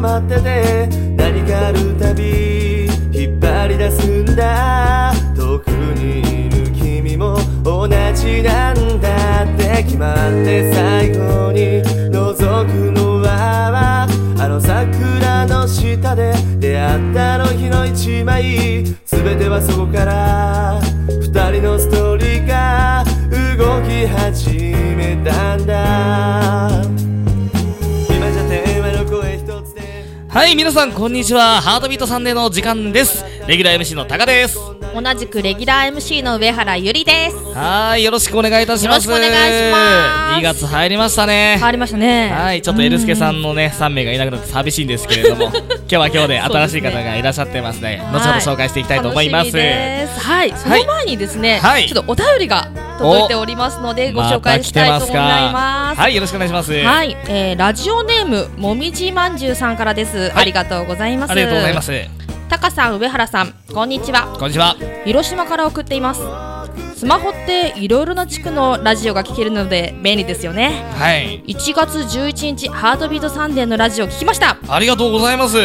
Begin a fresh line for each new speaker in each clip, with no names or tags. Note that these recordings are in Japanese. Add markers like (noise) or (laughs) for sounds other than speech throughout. わってて何かあるたび引っ張り出すんだ遠くにいる君も同じなんだって決まって最後に覗くのはあの桜の下で出会ったあの日の一枚全てはそこから二人のストーリーが動き始めたんだ今じゃ電話の声一つで
はい、皆さん、こんにちは。ハートビートサンデーの時間です。レギュラー MC のタカです。
同じくレギュラー MC の上原ゆりです
はーい、よろしくお願いいたします。
よろしくお願いします
2月入りましたね。
変わりましたね
はい、ちょっとエルスケさんのね、3名がいなくなって寂しいんですけれど
(laughs)
も、今日は今日で新しい方がいらっしゃってますね。後ほど紹介していきたいと思いま
楽し
す。
みですはい、その前にですね、
はい
ちょっとお便りが届いておりますのでご紹介したいと思います。
はい、よろしくお願いします。
はい、えーラジオネームもみじまんじゅうさんからです、ありがとうございます。
ありがとうございます。
タカさん、上原さん、こんにちは。
こんにちは。
広島から送っています。スマホっていろいろな地区のラジオが聞けるので便利ですよね。
はい。
1月11日ハートビートサンデーのラジオ聞きました。
ありがとうございます。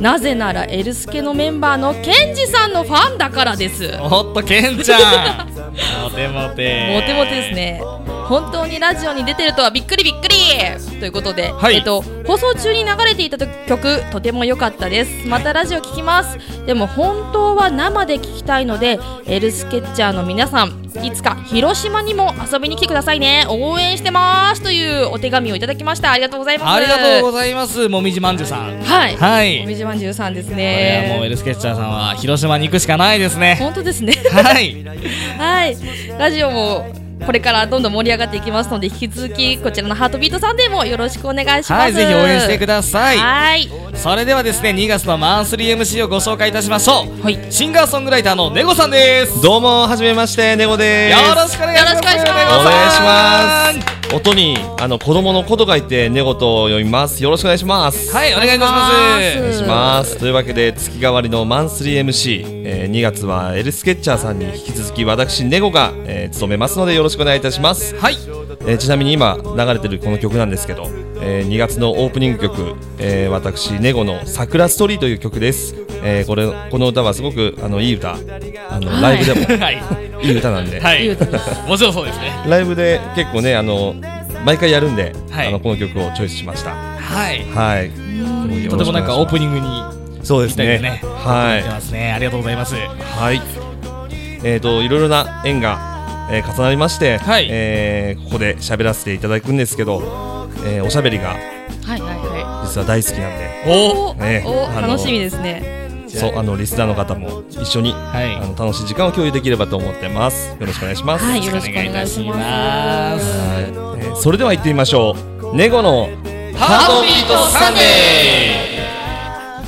なぜならエルスケのメンバーのケンジさんのファンだからです。
おっと、ケンちゃ
(laughs)
ん。モテモテ。
モテモテです。ね本当にラジオに出てるとはびっくりびっくりということで、
はい
えっと、放送中に流れていた曲とても良かったですまたラジオ聴きますでも本当は生で聞きたいのでエルスケッチャーの皆さんいつか広島にも遊びに来てくださいね応援してますというお手紙をいただきましたありがとうございます
ありがとうご
ざい
ざいます。もみじまんじゅうさん。
ますはい、
はい
おみじまんじゅうさんです
これはもうエ
ね
ルスケッチャーさんは広島に行くしかないですね。
本当ですね
はい。
はい、ラジオもこれからどんどん盛り上がっていきますので引き続きこちらのハートビートサンデーもよろしくお願いします。
はい、ぜひ応援してください。
はい。
それではですね、2月のマンスリー MC をご紹介いたしましょう。
はい
シンガーソングライターのネゴさんです。よ
どうも、はじめまして、ネゴです。
ろしくお願いします。
よろしくお願いします
お願いし
ネゴさ
ます。音に、あの、子供の子と書いて、ネゴと読みます。よろしくお願いします。
ん。はい、お願いいたし
お願
ま
い
す。
し
します。というわけで、月替わりのマンスリー MC、えー、2月はエルスケッチャーさんに引き続き、私、ネゴが、えー、務めますので、よろしくお願いいたします。
はい。
えーちなみに今流れてるこの曲なんですけど、えー2月のオープニング曲、えー私ネゴの「桜ストーリー」という曲です、えーこれこの歌はすごくあのいい歌あの、
はい
ライブで
(laughs)
も
はい。
いい歌なんで、
はい
いい歌で。
もちろんそうですね。
ライブで結構ねあの毎回やるんで、
はい
あのこの曲をチョイスしました
はい。
はい
とてもなんかオープニングに
そうで
ぴっ
す
たりでね。
ねは
出て
い
ますね。ありがとうございます。
はいえー、といろいろな縁が、えー重なりまして、
はい
えーここで喋らせていただくんですけど、えーおしゃべりが
はいはいは
実は大好きなんで
い。
お
お、
ね
お
あの
楽しみですね。
そうあのリスナーの方も一緒に、
はい
あの楽しい時間を共有できればと思ってます。よろしくお願いします。
はい、
は
よろしくお願いし
お願
ま
いし
す。
ま
いえーそれでは行ってみましょう。ネゴの
ハートビートサンデ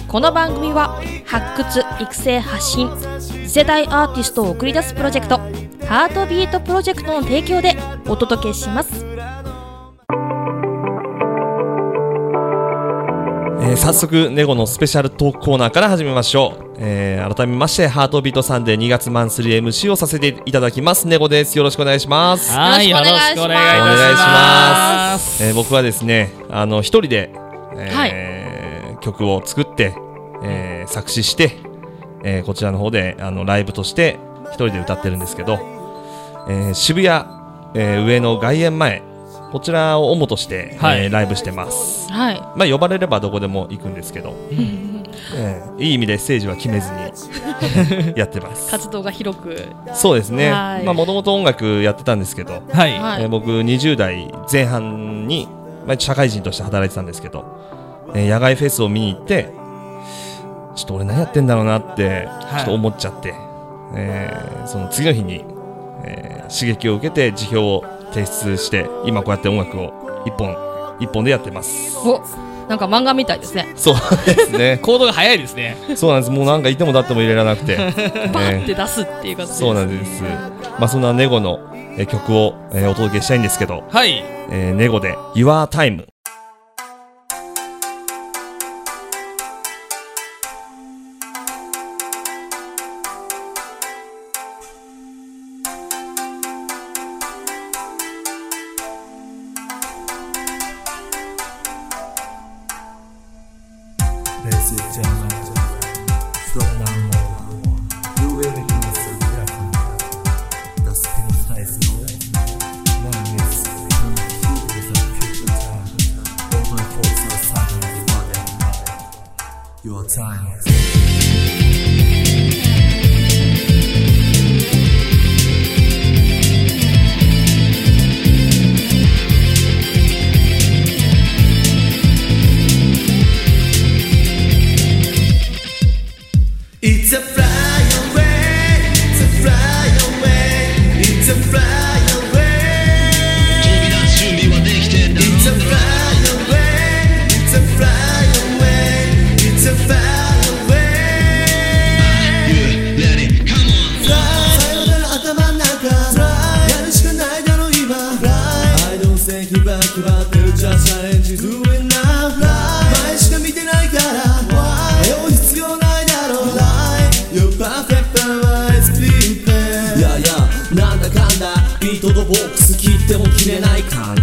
この番組は発掘育成発信次世代アーティストを送り出すプロジェクトハートビートプロジェクトの提供でお届けします
えー早速ネゴのスペシャルトークコーナーから始めましょう、えー改めましてハートビートサンデー2月マンスリー MC をさせていただきますネゴですよろしくお願いします
ーはい、よ
よ
ろ
ろ
しく
しく
お
お
願い
願
い
い
た
た
し
し
ま。
ますえー僕はですねあの一人で、えー曲を作って、えー作詞して、えーこちらの方であのライブとして一人で歌ってるんですけど、えー渋谷、えー上の外苑前こちらを主として、
はい
えーライブしてます
はい
まあ呼ばれればどこでも行くんですけど、えーいい意味でステージは決めずにやってます
活動が広く
そうですね
はい
まあもともと音楽やってたんですけど
はい。
はい
えー僕20代前半に、まあ、社会人として働いてたんですけど、えー野外フェスを見に行ってちょっと俺何やってんだろうなって
い
ちょっと思っちゃって、えーその次の日に、えー刺激を受けて辞表を提出して今こうやって音楽を一本一本でやってます
おなんか漫画みたいですね
そうですね
行動が早いですね。
(laughs) そうなんですもうなんかいても立っても入れられなくて、
バーっ
え
て出すっていう感じ
ーそうなんですまあそんなネゴの、えー曲を、えーお届けしたいんですけど
はい。
えー、ネゴで Your Time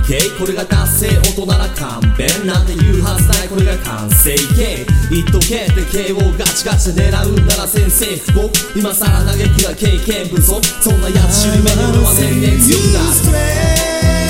形これが達成音なら勘弁なんて言うはずないこれが完成形言っとけって慶をガチガチで狙うなら先生不幸今さら嘆きは経験不足そんなやつ夢めるのは全然強くなる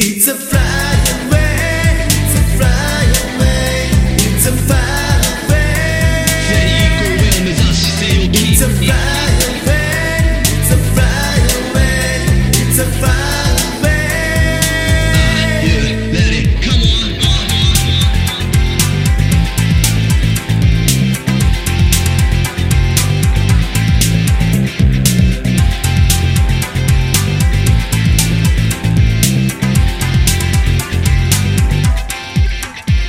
It's a fly away, it's a fly away, it's a fly away. It's a fly away, it's a fly away, it's a fly away. Fly,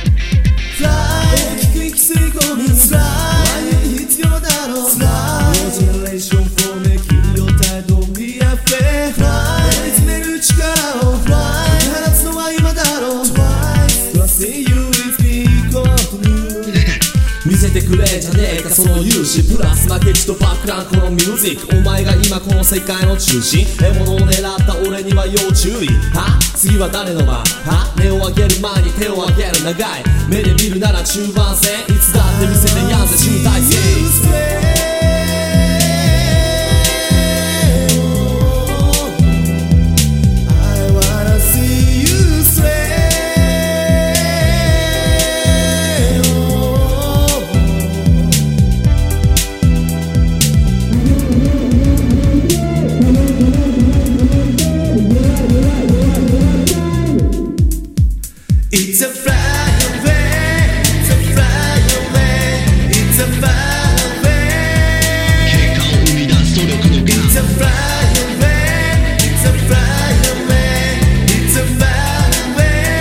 大きく息吸い込む Fly, 迷い必要だろう Fly, Your generation for making your time don't be afraid Fly, 見つめる力を Fly, 放つのは今だろう Twice, trusting you if we go to new
見せてくれじゃねえかその勇姿プラス負けじとバックランこのミュージックお前が今この世界の中心獲物を狙った俺には要注意は次は誰の番は根を上げる前に手を上げる長い目で見るなら中盤戦いつだって見せてやんぜ集大成
I wanna see you sway. Oh. It's a fly away, it's a fly away, it's a fly away. 結果を生み出す努力の It's a fly away, it's a fly away, it's a fly away.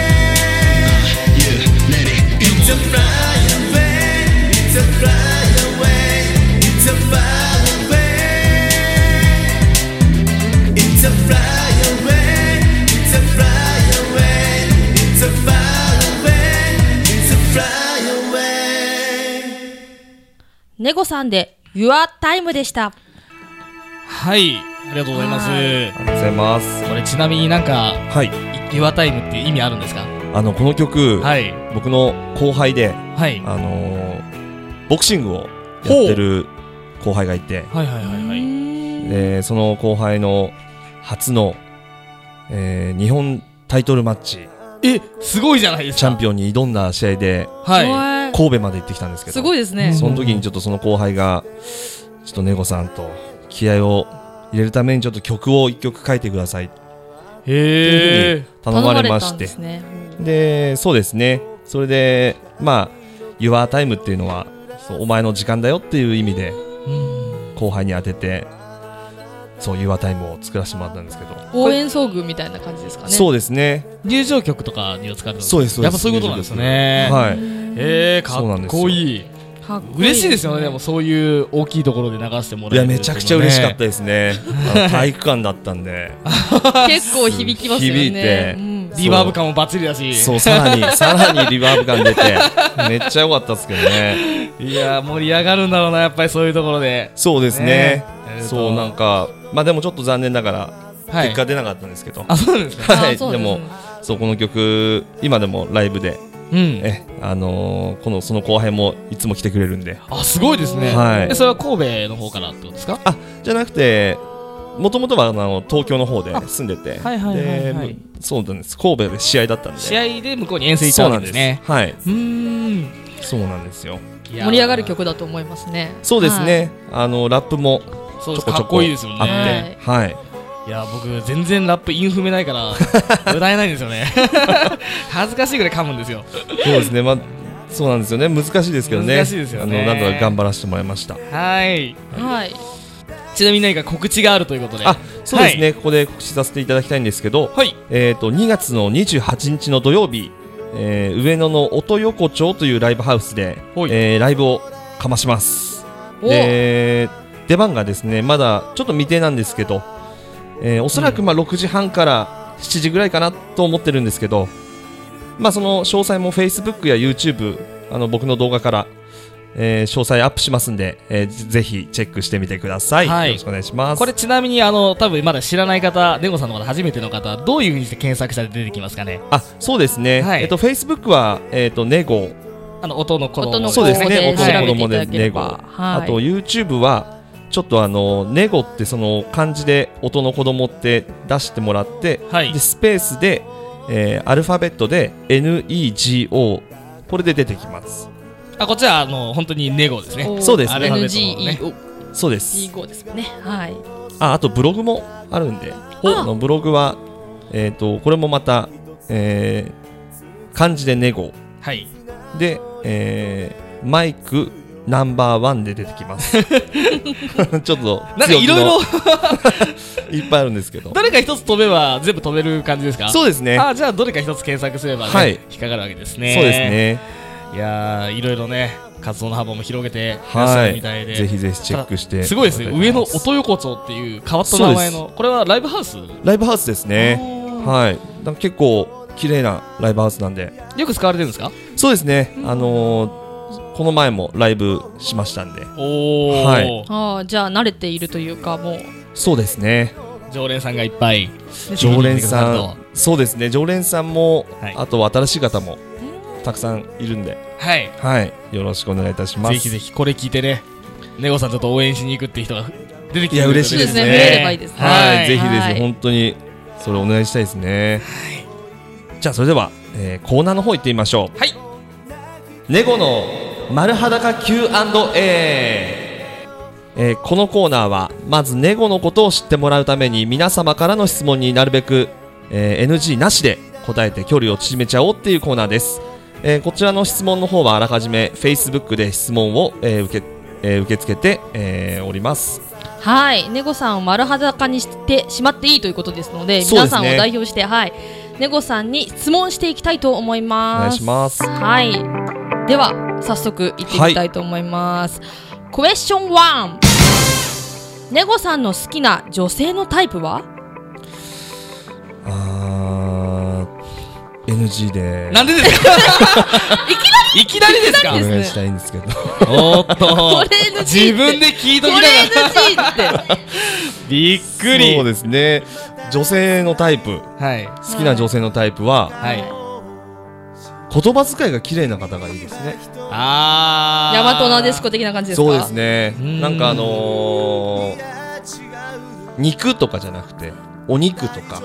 It's a fly away, it's a fly away, it's a fly away. It's a fly away, it's a fly away, it's a fly away, it's a fly away.
ネゴさんで Your Time でした。
はいありがとうございます
ありがとうございます
これちなみになんか
はい
「Your Time」って意味あるんですか
あのこの曲、
はい
僕の後輩で
はい
あのーボクシングをやってる後輩がいて
はいはいはいはい
でその後輩の初の、えー日本タイトルマッチ
えすごいじゃないです
チャン
か
ピオンに挑んだ試合で
はい
はい
神戸まで行ってきたんですけど
すごいですね。
その時にちょっとその後輩がちょっとネゴさんと気合を入れるためにちょっと曲を一曲書いてくださいって
へえ
頼まれま
頼れたん
して
ですね。
でそうですねそれでまあ「YourTime」っていうのはそうお前の時間だよっていう意味で後輩に当ててそう「YourTime」を作らせてもらったんですけど、
応援遭遇みたいな感じですかね。
そうですね
入場曲とかには使われてるんですか
そうですそうです
やっぱそういうことなんですね
はい
えー、か
そうなん
っ
ですよ
こいい
かっこ
嬉しいですよねでもそういう大きいところで流しても
い
らえ
や
る
めちゃくちゃ嬉しかった
てい
ですねあの体育館だったんで
結構響きますよね。
響いて
うん
うのねリバーブ感もバッチリだし
(laughs) そうさらにさらにリバーブ感出てめっちゃ良かったですけどね
いやー盛り上がるんだろうなやっぱりそういうところで
そうですね
ねええーと
そうなんかまあでもちょっと残念ながら
はい
結果出なかったんですけど、
あそうなんですか
(laughs) はい
あそう
で
ですね
もそうこの曲今でもライブで
うん
えあのーこのその後輩もいつも来てくれるんで
あすごいですね、
はい
えそれは神戸の方からってことですか
あじゃなくてもともとはあの東京の方で住んでて
はいはいはいはい
でそうなんです神戸で試合だったんで
試合で向こうに遠征行ったわけですね
そうなんです
うーん
はいそうなんですよ
いやー
盛り上がる曲だと思いますね。
そうですね、あのラップも
そう
ち
です
ょこち
か
ょ
っ
こ
こ
あ
いい
っ
です
て
よ
かっこいいですよ
ね
ね
はい
いや僕全然ラップイン踏めないから
(laughs)
歌えないんですよね (laughs) 恥ずかしいぐらい噛むんですよ
そうですねまあそうなんですよね難しいですけどね
難しいですよね
あのなんとか頑張らせてもらいました
はい
はい。
ちなみに何か告知があるということで
あそうですね、
はい
ここで告知させていただきたいんですけど、
はい
えー、と2月の28日の土曜日、えー上野の音横丁というライブハウスで、
はい
えーライブをかまします
お
で出番がですねまだちょっと未定なんですけど、えーおそらくまあ6時半から7時ぐらいかなと思ってるんですけど、まあ、その詳細も Facebook や YouTube あの僕の動画から、えー詳細アップしますんで、えーぜぜひチェックしてみてください、
はい
よろしくお願いします
これちなみにあの多分まだ知らない方、ネゴさんの方初めての方、どういう風にして検索したら出てきますかね。
あそうですね、
はい
えっと Facebook は、えっとネゴ
あの音の子
音
供
の子
そうですね
子
音の子
供
供
で調べていた
で
だけれ
ネゴ、
ばはい
あと YouTube はちょっとあのネゴってその漢字で音の子供って出してもらって、
はい
でスペースで、えーアルファベットで NEGO これで出てきます
あこっちはあの本当にネゴですね。
そうですね
アルファベットのね
NGEO
そうです
ですもんねはい
ああとブログもあるんであのブログは、えー、とこれもまた、えー漢字でネゴ
はい。
で、えーマイクナンバーワンで出てきます
(laughs)
(laughs) ちょっと
なんかいろいろ
ろいっぱいあるんですけど
(laughs) 誰か一つ飛べば全部飛べる感じですか。
そうですね
あじゃあどれか一つ検索すればね、
はい
引っかかるわけですね。
そうです。ね。
いやーいろいろね活動の幅も広げていらっしゃ
は
る
い。
みたいで。
ぜひぜひチェックして。
すごいですね。上の音横丁っていう変わった名前
そ
のこれはライブハウス。
ライブハウスですね。はい。なんか結構綺麗なライブハウスなんで。
よく使われてるんですか。
そうですね。あのーこの前もライブしましたんで。
おお、
はい
ああじゃあ慣れているというかもう
そうですね。
常連さんがいっぱい
常連さ
と
ん。そうですね。常連さんも
はい、
あとは新しい方もたくさんいるんで。
はい、
はい。よろしくお願いいたします。
ぜひぜひこれ聞いてねネゴさんちょっと応援しに行くって人が出てきて
いや嬉しいですねそうですね見れれ
ばいいですね
はい、ぜひ
は
ぜ
い
ひ本当にそれお願いしたいですね。じゃあそれでは、えーコーナーの方行ってみましょう。
はい。
ネゴの丸裸 Q&A。えーこのコーナーはまずネゴのことを知ってもらうために皆様からの質問になるべく、えー NG なしで答えて距離を縮めちゃおうっていうコーナーです、えーこちらの質問の方はあらかじめ Facebook で質問を、えー受けえー受け付けて、えーおります
はい、ネゴさんを丸裸にしてしまっていいということですので、
そう
皆
です
さ
ね
んを代表して、はい、ネゴさんに質問していきたいと思い
お願
ま
い
す。
します
はい、では早速行っていきたいと思います。クエスチョン1ネゴさんの好きな女性のタイプは？
あー NG で
なんでですかいきなりいきな
お
りですか
願いしたいんですけど
おーっ
ことれ NG って
自分で聞い
こと
き
れ
ながら
NG っ
(laughs)
て。
びっくり
そうですね女性のタイプ
はい
好きな女性のタイプは
はい
言葉遣いが綺麗な方がいいですね
あー
ヤマトナデスコ的な感じですか？
そうですね
うん
なんかあのー、肉とかじゃなくてお肉とか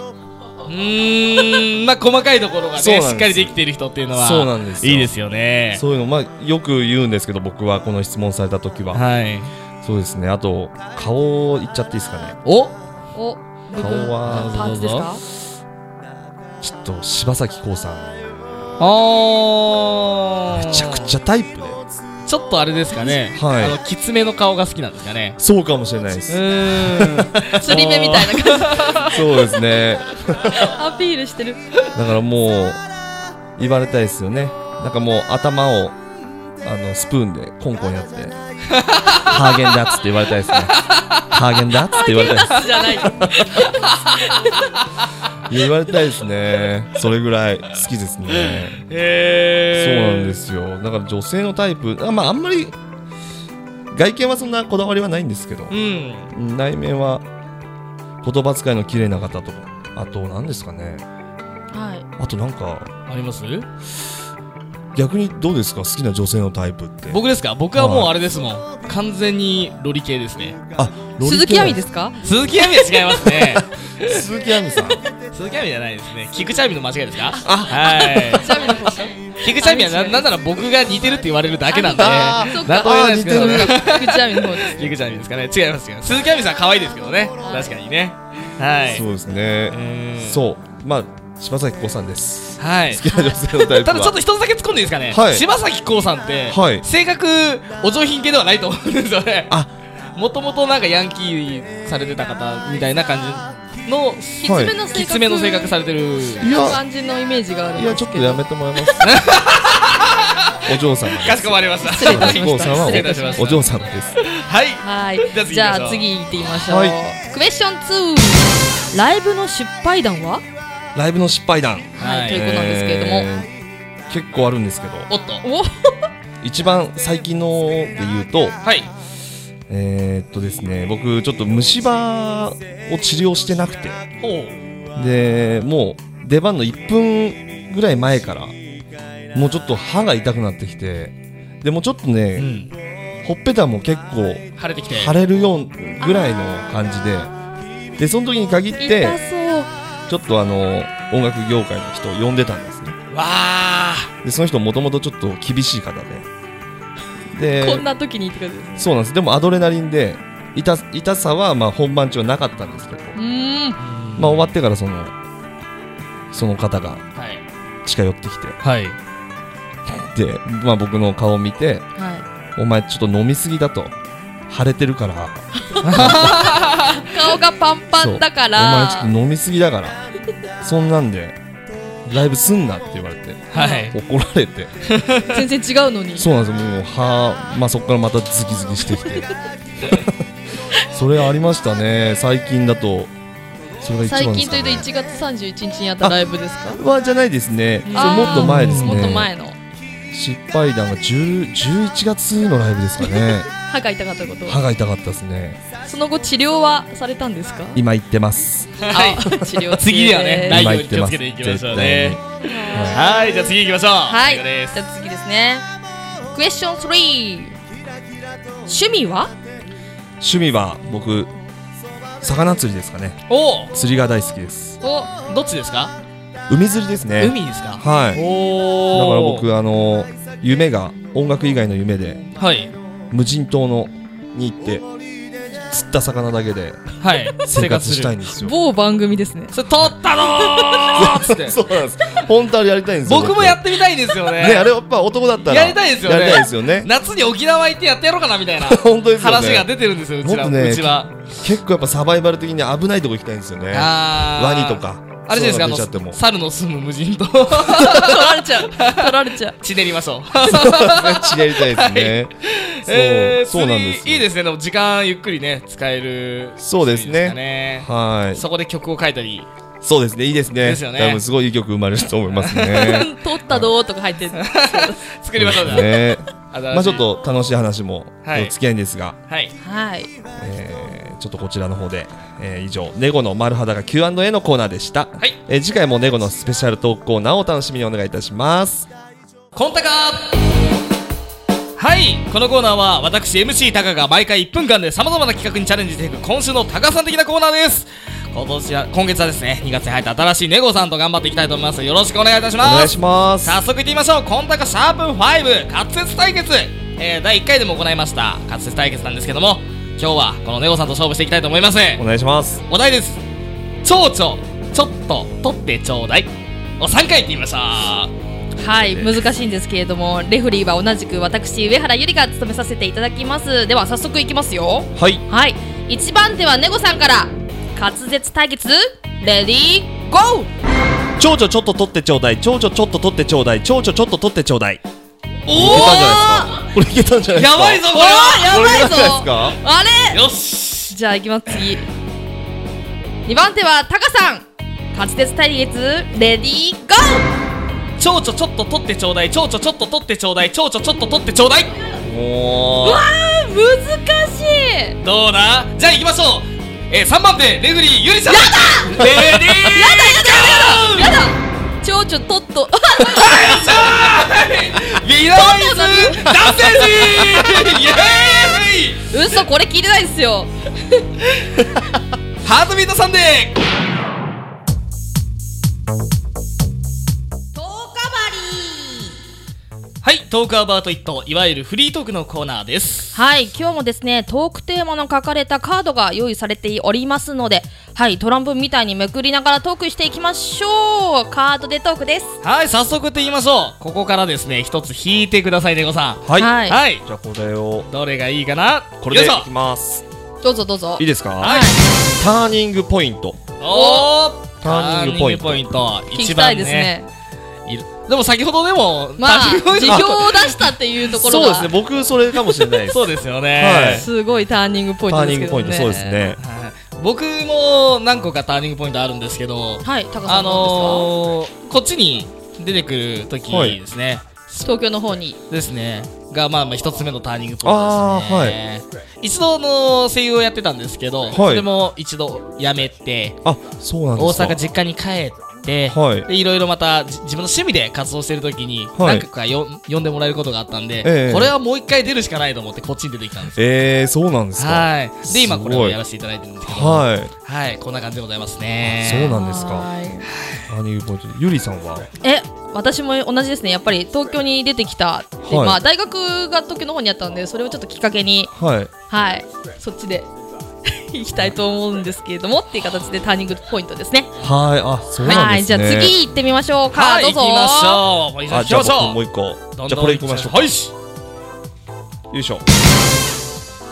うーんまあ細かいところがね
そうなんです
しっかりできている人っていうのは
そうなんですよ
いいですよね
そういうのまあよく言うんですけど僕はこの質問された時は
はい
そうですねあと顔いっちゃっていいですかね
お
お、部分
顔は
パーツですか？
ちょっと柴咲コウさん
あー
めちゃくちゃタイプで
ちょっとあれですかね、
はい
あのきつめの顔が好きなんですかね。
そうかもしれないで
う
す
ーん
釣り目みたいな感
(laughs)
じ。
そうですね
アピールしてる。
だからもう言われたいですよねなんかもう頭をあのスプーンでコンコンやって (laughs) ハーゲンダッツって言われたいですねハーゲンダッツって言われ
(laughs)
たいです
じゃない。
言われたいですねそれぐらい好きですねそう
えー、
なんですよだから女性のタイプあまああんまり外見はそんなこだわりはないんですけど
うん
内面は言葉遣いの綺麗な方とかあと何ですかね (laughs)
はい。
あとなんか
あります
逆にどうですか好きな女性のタイプって
僕ですか僕はもうあれですもん完全にロリ系ですね
あロリ
鈴木亜美ですすか？
鈴木亜美は違いますね
鈴木亜美さん
鈴木亜美じゃないですね菊池亜美の間違いですかはい菊池亜美はななんなら僕が似てるって言われるだけなんで
あそっか
なんとも言えないですけどね
菊池亜美の方です。
菊池亜美ですかね違いますよ鈴木亜美さん可愛いですけどね確かにねはい
そうですね
うん
そうまあ柴咲コウさんです
はい
好きな女性のタイプ
た
は
だちょっと一つだけ突っ込んでいいですかね、
はい
柴咲コウさんって、
はい
性格お上品系ではないと思うんですよね
あ
もともとなんかヤンキーされてた方みたいな感じの
きつめの性格。
きつめの性格されてる
いや
感じのイメージがあるん
い
で
や
すけ
ちょっ
ど。
とやめてもらいますお嬢様
かしこまりました
失礼いたしまし
お嬢
た
様は
失礼いたしました
お嬢様です
はい
はい
じゃあ次行きましょう
じゃあ次行ってみましょう、
は
クエスチョン2ライブの失敗談は、
ライブの失敗談
はい
はい
ということなんですけれども、
えー結構あるんですけど
おっと
お
一番最近ので言うと
はい
えー、っとですね僕ちょっと虫歯を治療してなくて
ほう
でもう出番の1分ぐらい前からもうちょっと歯が痛くなってきてでもうちょっと
う
ね、
ん
ほっぺたも結構
晴れてきて
腫れるようぐらいの感じででその時に限って
痛そう
ちょっとあの音楽業界の人を呼んでたんですね
わあ
でその人もともとちょっと厳しい方で
こ
で
んな時に言ってください
そうなんですでもアドレナリンで痛痛さはまあ本番中はなかったんですけど、
うーん
まあ、終わってからそのその方が
はい
近寄ってきて
はい
で、まあ、僕の顔を見て
は
「お前ちょっと飲みすぎだ」と「腫れて
(laughs)
るから」
い顔がパンパ
そう
ンだか
お前ちょっ
ら
と飲みすぎだからそんなんでライブすんなって言われて
はい
怒られて
全然違うのに
そうなんですよもう歯、まあ、そこからまたズキズキしてきて (laughs) それありましたね最近だとそれが一
最
番です
近と
か、
いう
ね、
と1月31日にやったライブですか
はじゃないですねそれ
あー
もっと前ですね
もっと前の
失敗談が10 11月のライブですかね
歯が痛かったこと
歯が痛かったですね
その後治療はされたんですか
今行ってます
はい治療
次はね大
今
丈夫
行っ
気
て
を
ま
つ
す
けていきましょう
絶対に
ねはいじゃあ次行きましょう
はい
最後
じ
です
ゃあ次ですねクエスチョン3趣味は
趣味は僕魚釣りですかね
お
釣りが大好きです
お
おどっちですか
海釣りですね
海ですか
はいだから
おお
僕あの夢が音楽以外の夢で
僕はい
無人島のに行って釣った魚だけで
はい
生活したいん
で
ですよ。
某番組ですね (laughs)
それ取ったのーっつって
そうなんです。本当はやりたいんですよ。
僕もやってみたいですよね
ねあれやっぱ男だったら
やりたいですよね
やりたいですよね。
夏に沖縄行ってやってやろうかなみたいな
(laughs) 本当ですよね。
話が出てるんですようちら
もっとね
うちは
結構やっぱサバイバル的に危ないとこ行きたいんですよね。ワ
あー
ニとか。
あれじゃないで
そ
す
うう
か
の
あの
出ち
猿の住む無人島
(laughs)
取られちゃう取られちゃう
ちねりましょう
ゃっても。やりたいですね。
(laughs)
そう、
えー
そうなんで
釣
すよ。
りいいですねでも時間ゆっくりね使える
そうですね
釣りかね
はい。
そこで曲を書いたり
そうですね。いいですね。
ですよね
多分すごいいい曲生まれると思いま
(laughs)
すね。
取ったどーとか入ってる
作りましょうじゃあ
ね。
新しい
まあちょっと楽しい話も
はい
お付き合いですが、
はい
はい
えーちょっとこちらの方で、えー以上「ネゴの丸裸 Q&A」のコーナーでした、
はい
えー次回もネゴのスペシャルトークコーナーをお楽しみにお願いいたします
コンタカはいこのコーナーは私 MC タカが毎回1分間で様々な企画にチャレンジしていく今週のタカさん的なコーナーです今年は今月はですね2月に入った新しいネゴさんと頑張っていきたいと思いますよろしくお願いいたし
お
ます
願いします
早速いってみましょうコンタカシャープ5滑舌対決、えー第1回でも行いました滑舌対決なんですけども今日はこのネゴさんと勝負していきたいと思います
お願いします
お題です蝶々ちょっと取ってちょうだいを3回いってみましょう
はい難しいんですけれどもレフェリーは同じく私上原ゆりが務めさせていただきますでは早速いきますよ
はい
はい一番手はネゴさんから滑舌対決レディーゴー
蝶々ちょっと取ってちょうだい蝶々ちょっと取ってちょうだい蝶々ちょっと取ってちょうだいいけ
お
たんじゃないですかこれいけたんじゃ
お
ないです
や
か
ばいぞこ
お
れは
これいけ
や
たんじゃ
ばい
ないです
ぞ
か
あれ
よし
じゃあいきます次2番手はタカさん滑舌対決レディーゴー
蝶々ちょっと取ってちょうだい蝶々ちょっと取ってちょうだい蝶々ちょっと取ってちょうだい
おー
あー難しい
どうだじゃあ行きましょうえー、3番手レフェリーゆりちゃんやだレディーやだ
やだ蝶々とっと (laughs)
ビナイスダンセージイエーイ
嘘これ聞いてないですよ
ハートビートサンデー
トーカ
はい、トークアバートイット、いわゆるフリートークのコーナーです。
はい今日もですねトークテーマの書かれたカードが用意されておりますのではいトランプみたいにめくりながらトークしていきましょうカードでトークです
はい、早速って言いましょう。ここからですね、一つ引いてください、ネゴさん。
はい、
はい
はい、
じゃあこれを
どれがいいかな
これでい
よいし
き
ょ
ます
どうぞどうぞ
いいですか、
はい。
ターニングポイント
おー
ターニングポイ
ターニ
ント
ングポイント。
聞き
一
たい
番
です
ね、
ね
いるでも先ほどでも
まあ
立ち食い
辞表を出したっていうところ
そうで
が
すね僕それかもしれないで
(laughs)
す
そうですよね、
はい
すごいターニングポイン
(laughs) タ
ト
ー
で
ニ
すけ
ングポ
ど
イント
ね
そうですね
はい僕も何個かターニングポイントあるんですけど、
はい高さ
あ
んどう
のー、こっちに出てくる時ですね、
ですか東京の方に
ですねがまあまあ一つ目のターニングポイントですね、一度あのー声優をやってたんですけど、
い
それも一度やめて
あそうなん
大
ですか
阪実家に帰って、
はい
でいろいろまたじ自分の趣味で活動してる時に
はい
何個かよ、呼んでもらえることがあったんで、
ええ
これはもう一回出るしかないと思ってこっちに出てきたんですよ
えー、そうなんですか
はいで今
す
こ
ご
れ
い
をやらせていただいてるんですけど
はい
はい、こんな感じでございますね。
そうなんですか
はーい
ターニングポイントゆりさんは
え私も同じですねやっぱり東京に出てきたで、
はい
まあ、大学が東京の方にあったのでそれをちょっときっかけに、
はい
はい、そっちで (laughs) 行きたいと思うんですけれどもっていう形でターニングポイントですね
はいあそうなん
は
で
いじ
す
ゃあ
ね
次行ってみましょうか、
はい、
ど
行
う
き
ぞ
ましょう。もう一度
あ
行き
じゃあ
ましょ
僕もう
う。
一個
どん
じ
どん
ゃあこれいきましょうか
はい。
よいしょ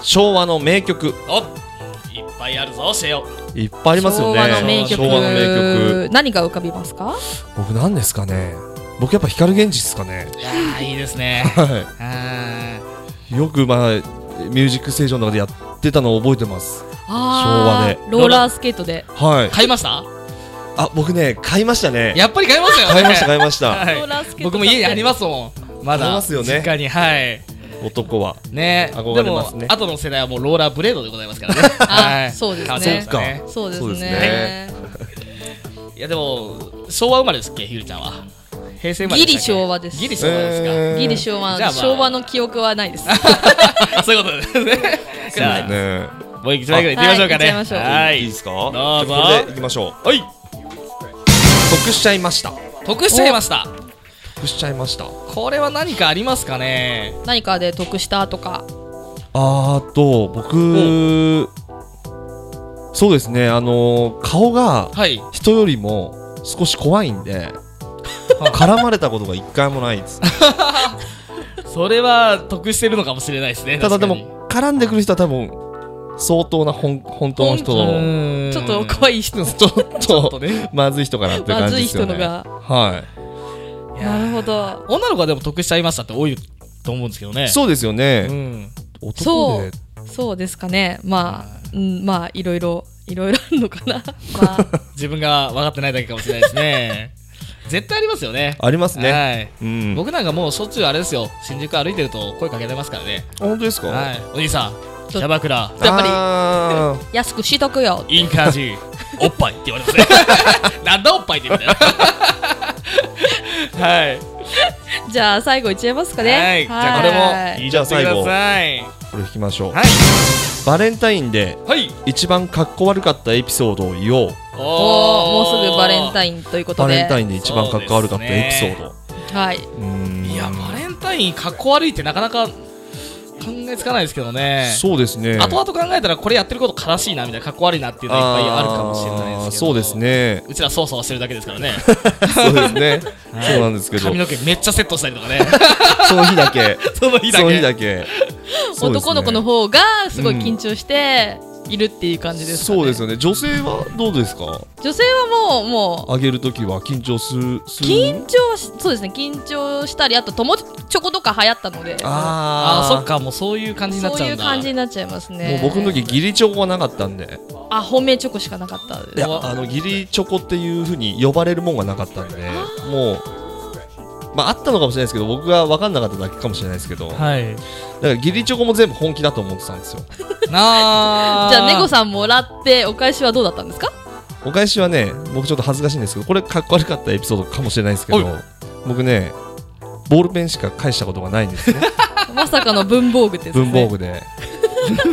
昭和の名曲
おいっぱいあるぞ、シェオ。
いっぱいありますよ
昭
ね
和の名曲
昭和の名曲
何が浮かびますか
僕なんですかね僕やっぱ光源氏ですかね
いやー、いいです
(laughs)
ね。
はい
あ
よくまあミュージックステーションの中でやってたのを覚えてます
和
あー
昭
で
ローラースケートで
はい
ー買いました
あ僕ね買いましたね
やっぱり買いましたよね。
買いました買いました (laughs)
は
ローラースケート買って
い、僕も家にありますもん。まだ。
ありますよね
実家に、はい。
男は
ね
憧れますね
でも、後の世代はもうローラーブレードでございますからね。 (laughs) は
あ
い。
そうですね
楽しみですね。
そうですね
そうですね
いや、でも、昭和生まれですっけ、ゆりちゃんは。平成生まれでしたっけ
ギリ昭和です
ギリ昭和ですか。
えー
ギリ昭和、
じゃあまあ
昭和の記憶はない
(laughs)
です
(laughs) そういうことですね。じゃあ、
ね
もう一枚ぐらい行ってみましょうかね。
はい行っちゃいましょう
はい
い
い
で。すかど
ぞ
うこれでいきましょうはい得しちゃいました
得しちゃいました。
得しちゃいました
これは何かありますかね。
何かで得したとか
あーと僕そうですねあの顔が
はい。
人よりも少し怖いんで
(laughs)
絡まれたことが一回もないです
それは得してるのかもしれないですね。
ただで
確かに。
も絡んでくる人は多分相当な本本当の人
本
を
ちょっと怖い人
ちょっ
ちょっと
と
ね。
まずい人かなっていう感じですよね
まずい人の
はい
なるほど
女の子はでも得しちゃいましたって多いと思うんですけどね。
そうですよ
う
ね
ん。
男で
そうですかねまあ、うん、まあいろいろいろいろあるのか
(laughs)
なまあ
自分が分かってないだけかもしれないです
(laughs)
ね。絶対ありますよね。
ありますね
はい。
うん
僕なんかもうしょっちゅうあれですよ新宿歩いてると声かけられますからね、
本当ですか
はい、お兄さんキャバクラ
やっぱり
ぱ
安くしとくよ
インカー (laughs) ジおっぱいって言われますね
(laughs)
なんだおっぱいってみたいなはい、
じゃあ最後いっちゃいますかね
はい、じゃあこれも
いじゃあ最後
言っちゃ
りこれ引きましょう
ってくださ
バレンタインで
いはいはい
一番かっこ悪かったエピソードを言おう
おーもうすぐバレンタ
イ
インということ
バ
で
レンタインで一番かっこ悪かったエピソード
ンはいう
ーん
いやバレンタインかっこ悪いってなかなか考えつかないですけどね
そうですね
後々考えたらこれやってること悲しいなみたいなかっこ悪いなっていうのはいっぱいあるかもしれないですけど
あーそうですね
うちら操作をしてるだけですから (laughs) ね
そうですねそうなんですけど
髪の毛めっちゃセットしたりと (laughs) かね
その日だけ
その日だけ
その日だけそうですね
男の子の方がすごい緊張しているっていう感じですかね、
そうですよね女性はどうですか
女性はもうも
あげるときは緊張するす
う
る
緊張はしそうですね緊張したりあと友チョコとか流行ったので
あ
あ
ーそっかもうそういう感じになっ
そ
ち
う
ゃ
いううん
だ
感じになっちゃいますね
もう僕の時ギリチョコがなかったんで
あ本命チョコしかなかったです
いやあのギリチョコっていうふうに呼ばれるもんがなかったんでもうまああったのかもしれないですけど僕が分かんなかっただけかもしれないですけどだか
はい
らギリチョコも全部本気だと思ってたんですよ
なあ (laughs)
じゃあネゴさんもらってお返しはどうだったんですか
お返しはね僕ちょっと恥ずかしいんですけどこれかっこ悪かったエピソードかもしれないですけど
おい
僕ねボールペンしか返したことがないんですね
まさかの文房具ですね
文房具で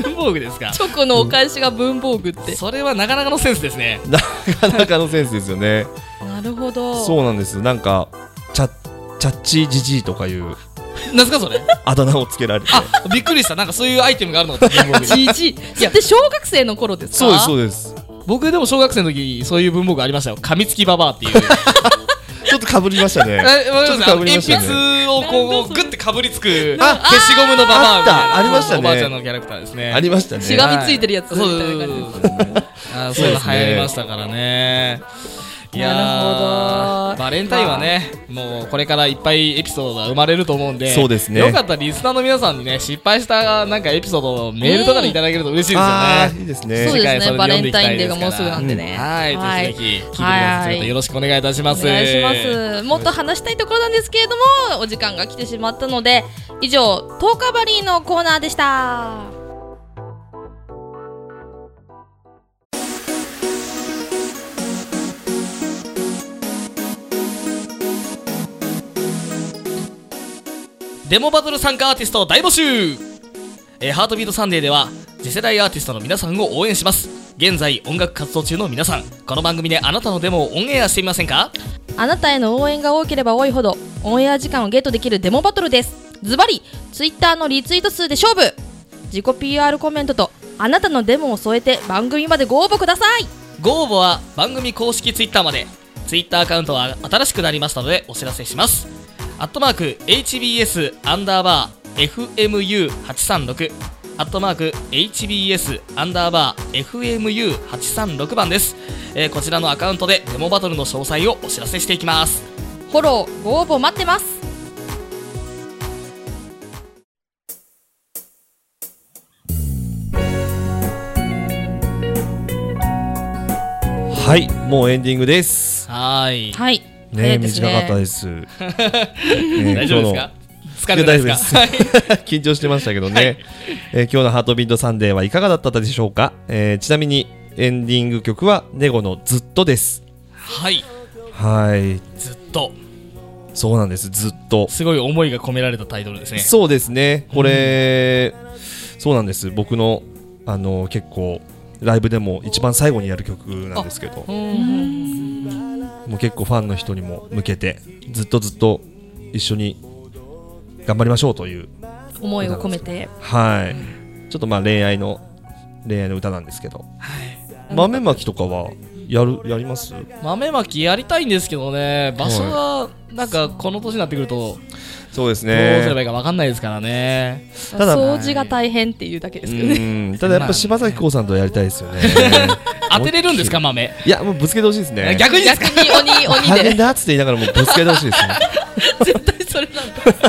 文房具ですか
チョコのお返しが文房具って、
それはなかなかのセンスですね
なかなかのセンスですよね
なるほど
そうなんですなんかチャッチャッチージジイとかいう
何すかそれ
あだ名をつけられて
あびっくりしたなんかそういうアイテムがある (laughs) のかと文房具に
じじいそれって小学生の頃ですか
そうですそう
う
です
僕でも小学生の時そういう文房具ありましたよ噛みつきババアっていう
ちょっとかぶりましたね
(laughs) えわかりま
ちょっ
す
とかぶりました
鉛
ね
筆をこうグッてかぶりつく
あ
消しゴムのババアみたいな
あったありましたね
おばあちゃんのキャラクターですね
ありましたね
しがみついてるやつみたいな感じ
そうそうそうそうあーそういうの流行りましたからねいやー
なるほど
バレンタインはね、もうこれからいっぱいエピソードが生まれると思うんで、
そうですね
よかったらリスナーの皆さんにね、失敗したなんかエピソードをメールとかでいただけると嬉しいですよ
あーい
ね。
いです
そう
ね
で
世
すね
界それ読んでいきたいですから
バレンタインデーがもうすぐなんでね
うんはい、ぜひぜひ、聞いてくださ
はい
い。よろしくお願いいたしま
お
す。
願いしますもっと話したいところなんですけれどもお時間が来てしまったので以上「トーカバリー」のコーナーでした
デモバトル参加アーティスト大募集えーハートビートサンデーでは次世代アーティストの皆さんを応援します現在音楽活動中の皆さんこの番組であなたのデモをオンエアしてみませんか
あなたへの応援が多ければ多いほどオンエア時間をゲットできるデモバトルですズバリツイッターのリツイート数で勝負自己 PR コメントとあなたのデモを添えて番組までご応募ください
ご応募は番組公式ツイッターまでツイッターアカウントは新しくなりましたのでお知らせしますアットマーク HBS アンダーバー FMU836 アットマーク HBS アンダーバー FMU836 番です、えーこちらのアカウントでデモバトルの詳細をお知らせしていきます
フォローご応募待ってます
はいもうエンディングです
はーい
はい
ね短かった
す
(laughs)
です、ねえ
大丈夫ですか疲れてないですか
大丈夫です緊張してましたけどね、えー今日の「ハートビートサンデー」はいかがだったでしょうか、えーちなみにエンディング曲は「ネゴのずっと」です
はい
はい
ずっと
そうなんですずっと
すごい思いが込められたタイトルですね
そうですねこれ、そうなんです僕のあの結構ライブでも一番最後にやる曲なんですけどもう結構ファンの人にも向けてずっとずっと一緒に頑張りましょうという
思いを込めて
はい、ちょっとまあ恋愛の恋愛の歌なんですけど、豆まきとかはやるやります
豆まきやりたいんですけどね場所がなんかこの年になってくると
そうです
どうすればいいか分かんないですからね
ただ
掃除が大変っていうだけですけどね
うんただやっぱ柴咲コウさんとやりたいですよね
(laughs) 当てれるんですか豆
いやもうぶつけてほしいですね
逆にです
逆
か
に鬼鬼
大 (laughs) 変
で
だっつって言いながらもうぶつけてほしいですね
絶対それなんだ絶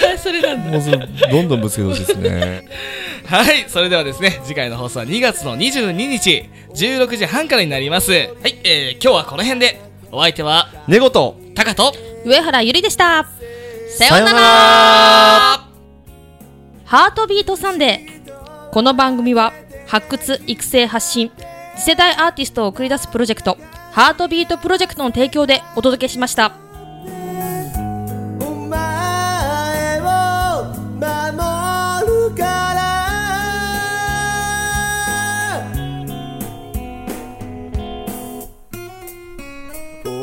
対それなんだ
もうそのどんどんぶつけてほしいですね (laughs)
はいそれではですね次回の放送は2月の22日16時半からになりますはい、えー今日はこの辺でお相手は
寝言さよ
タカと
上原ゆりでしたさようなら
あ
ハートビートサンデー。この番組は発掘育成発信次世代アーティストを送り出すプロジェクトハートビートプロジェクトの提供でお届けしました。
お前を守るから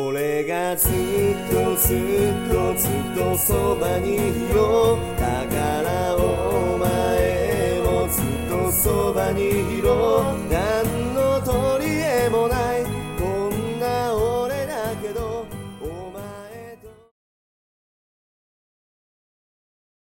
俺がずっとずっとずっとそばにいようだからお前もずっとそばにいろだ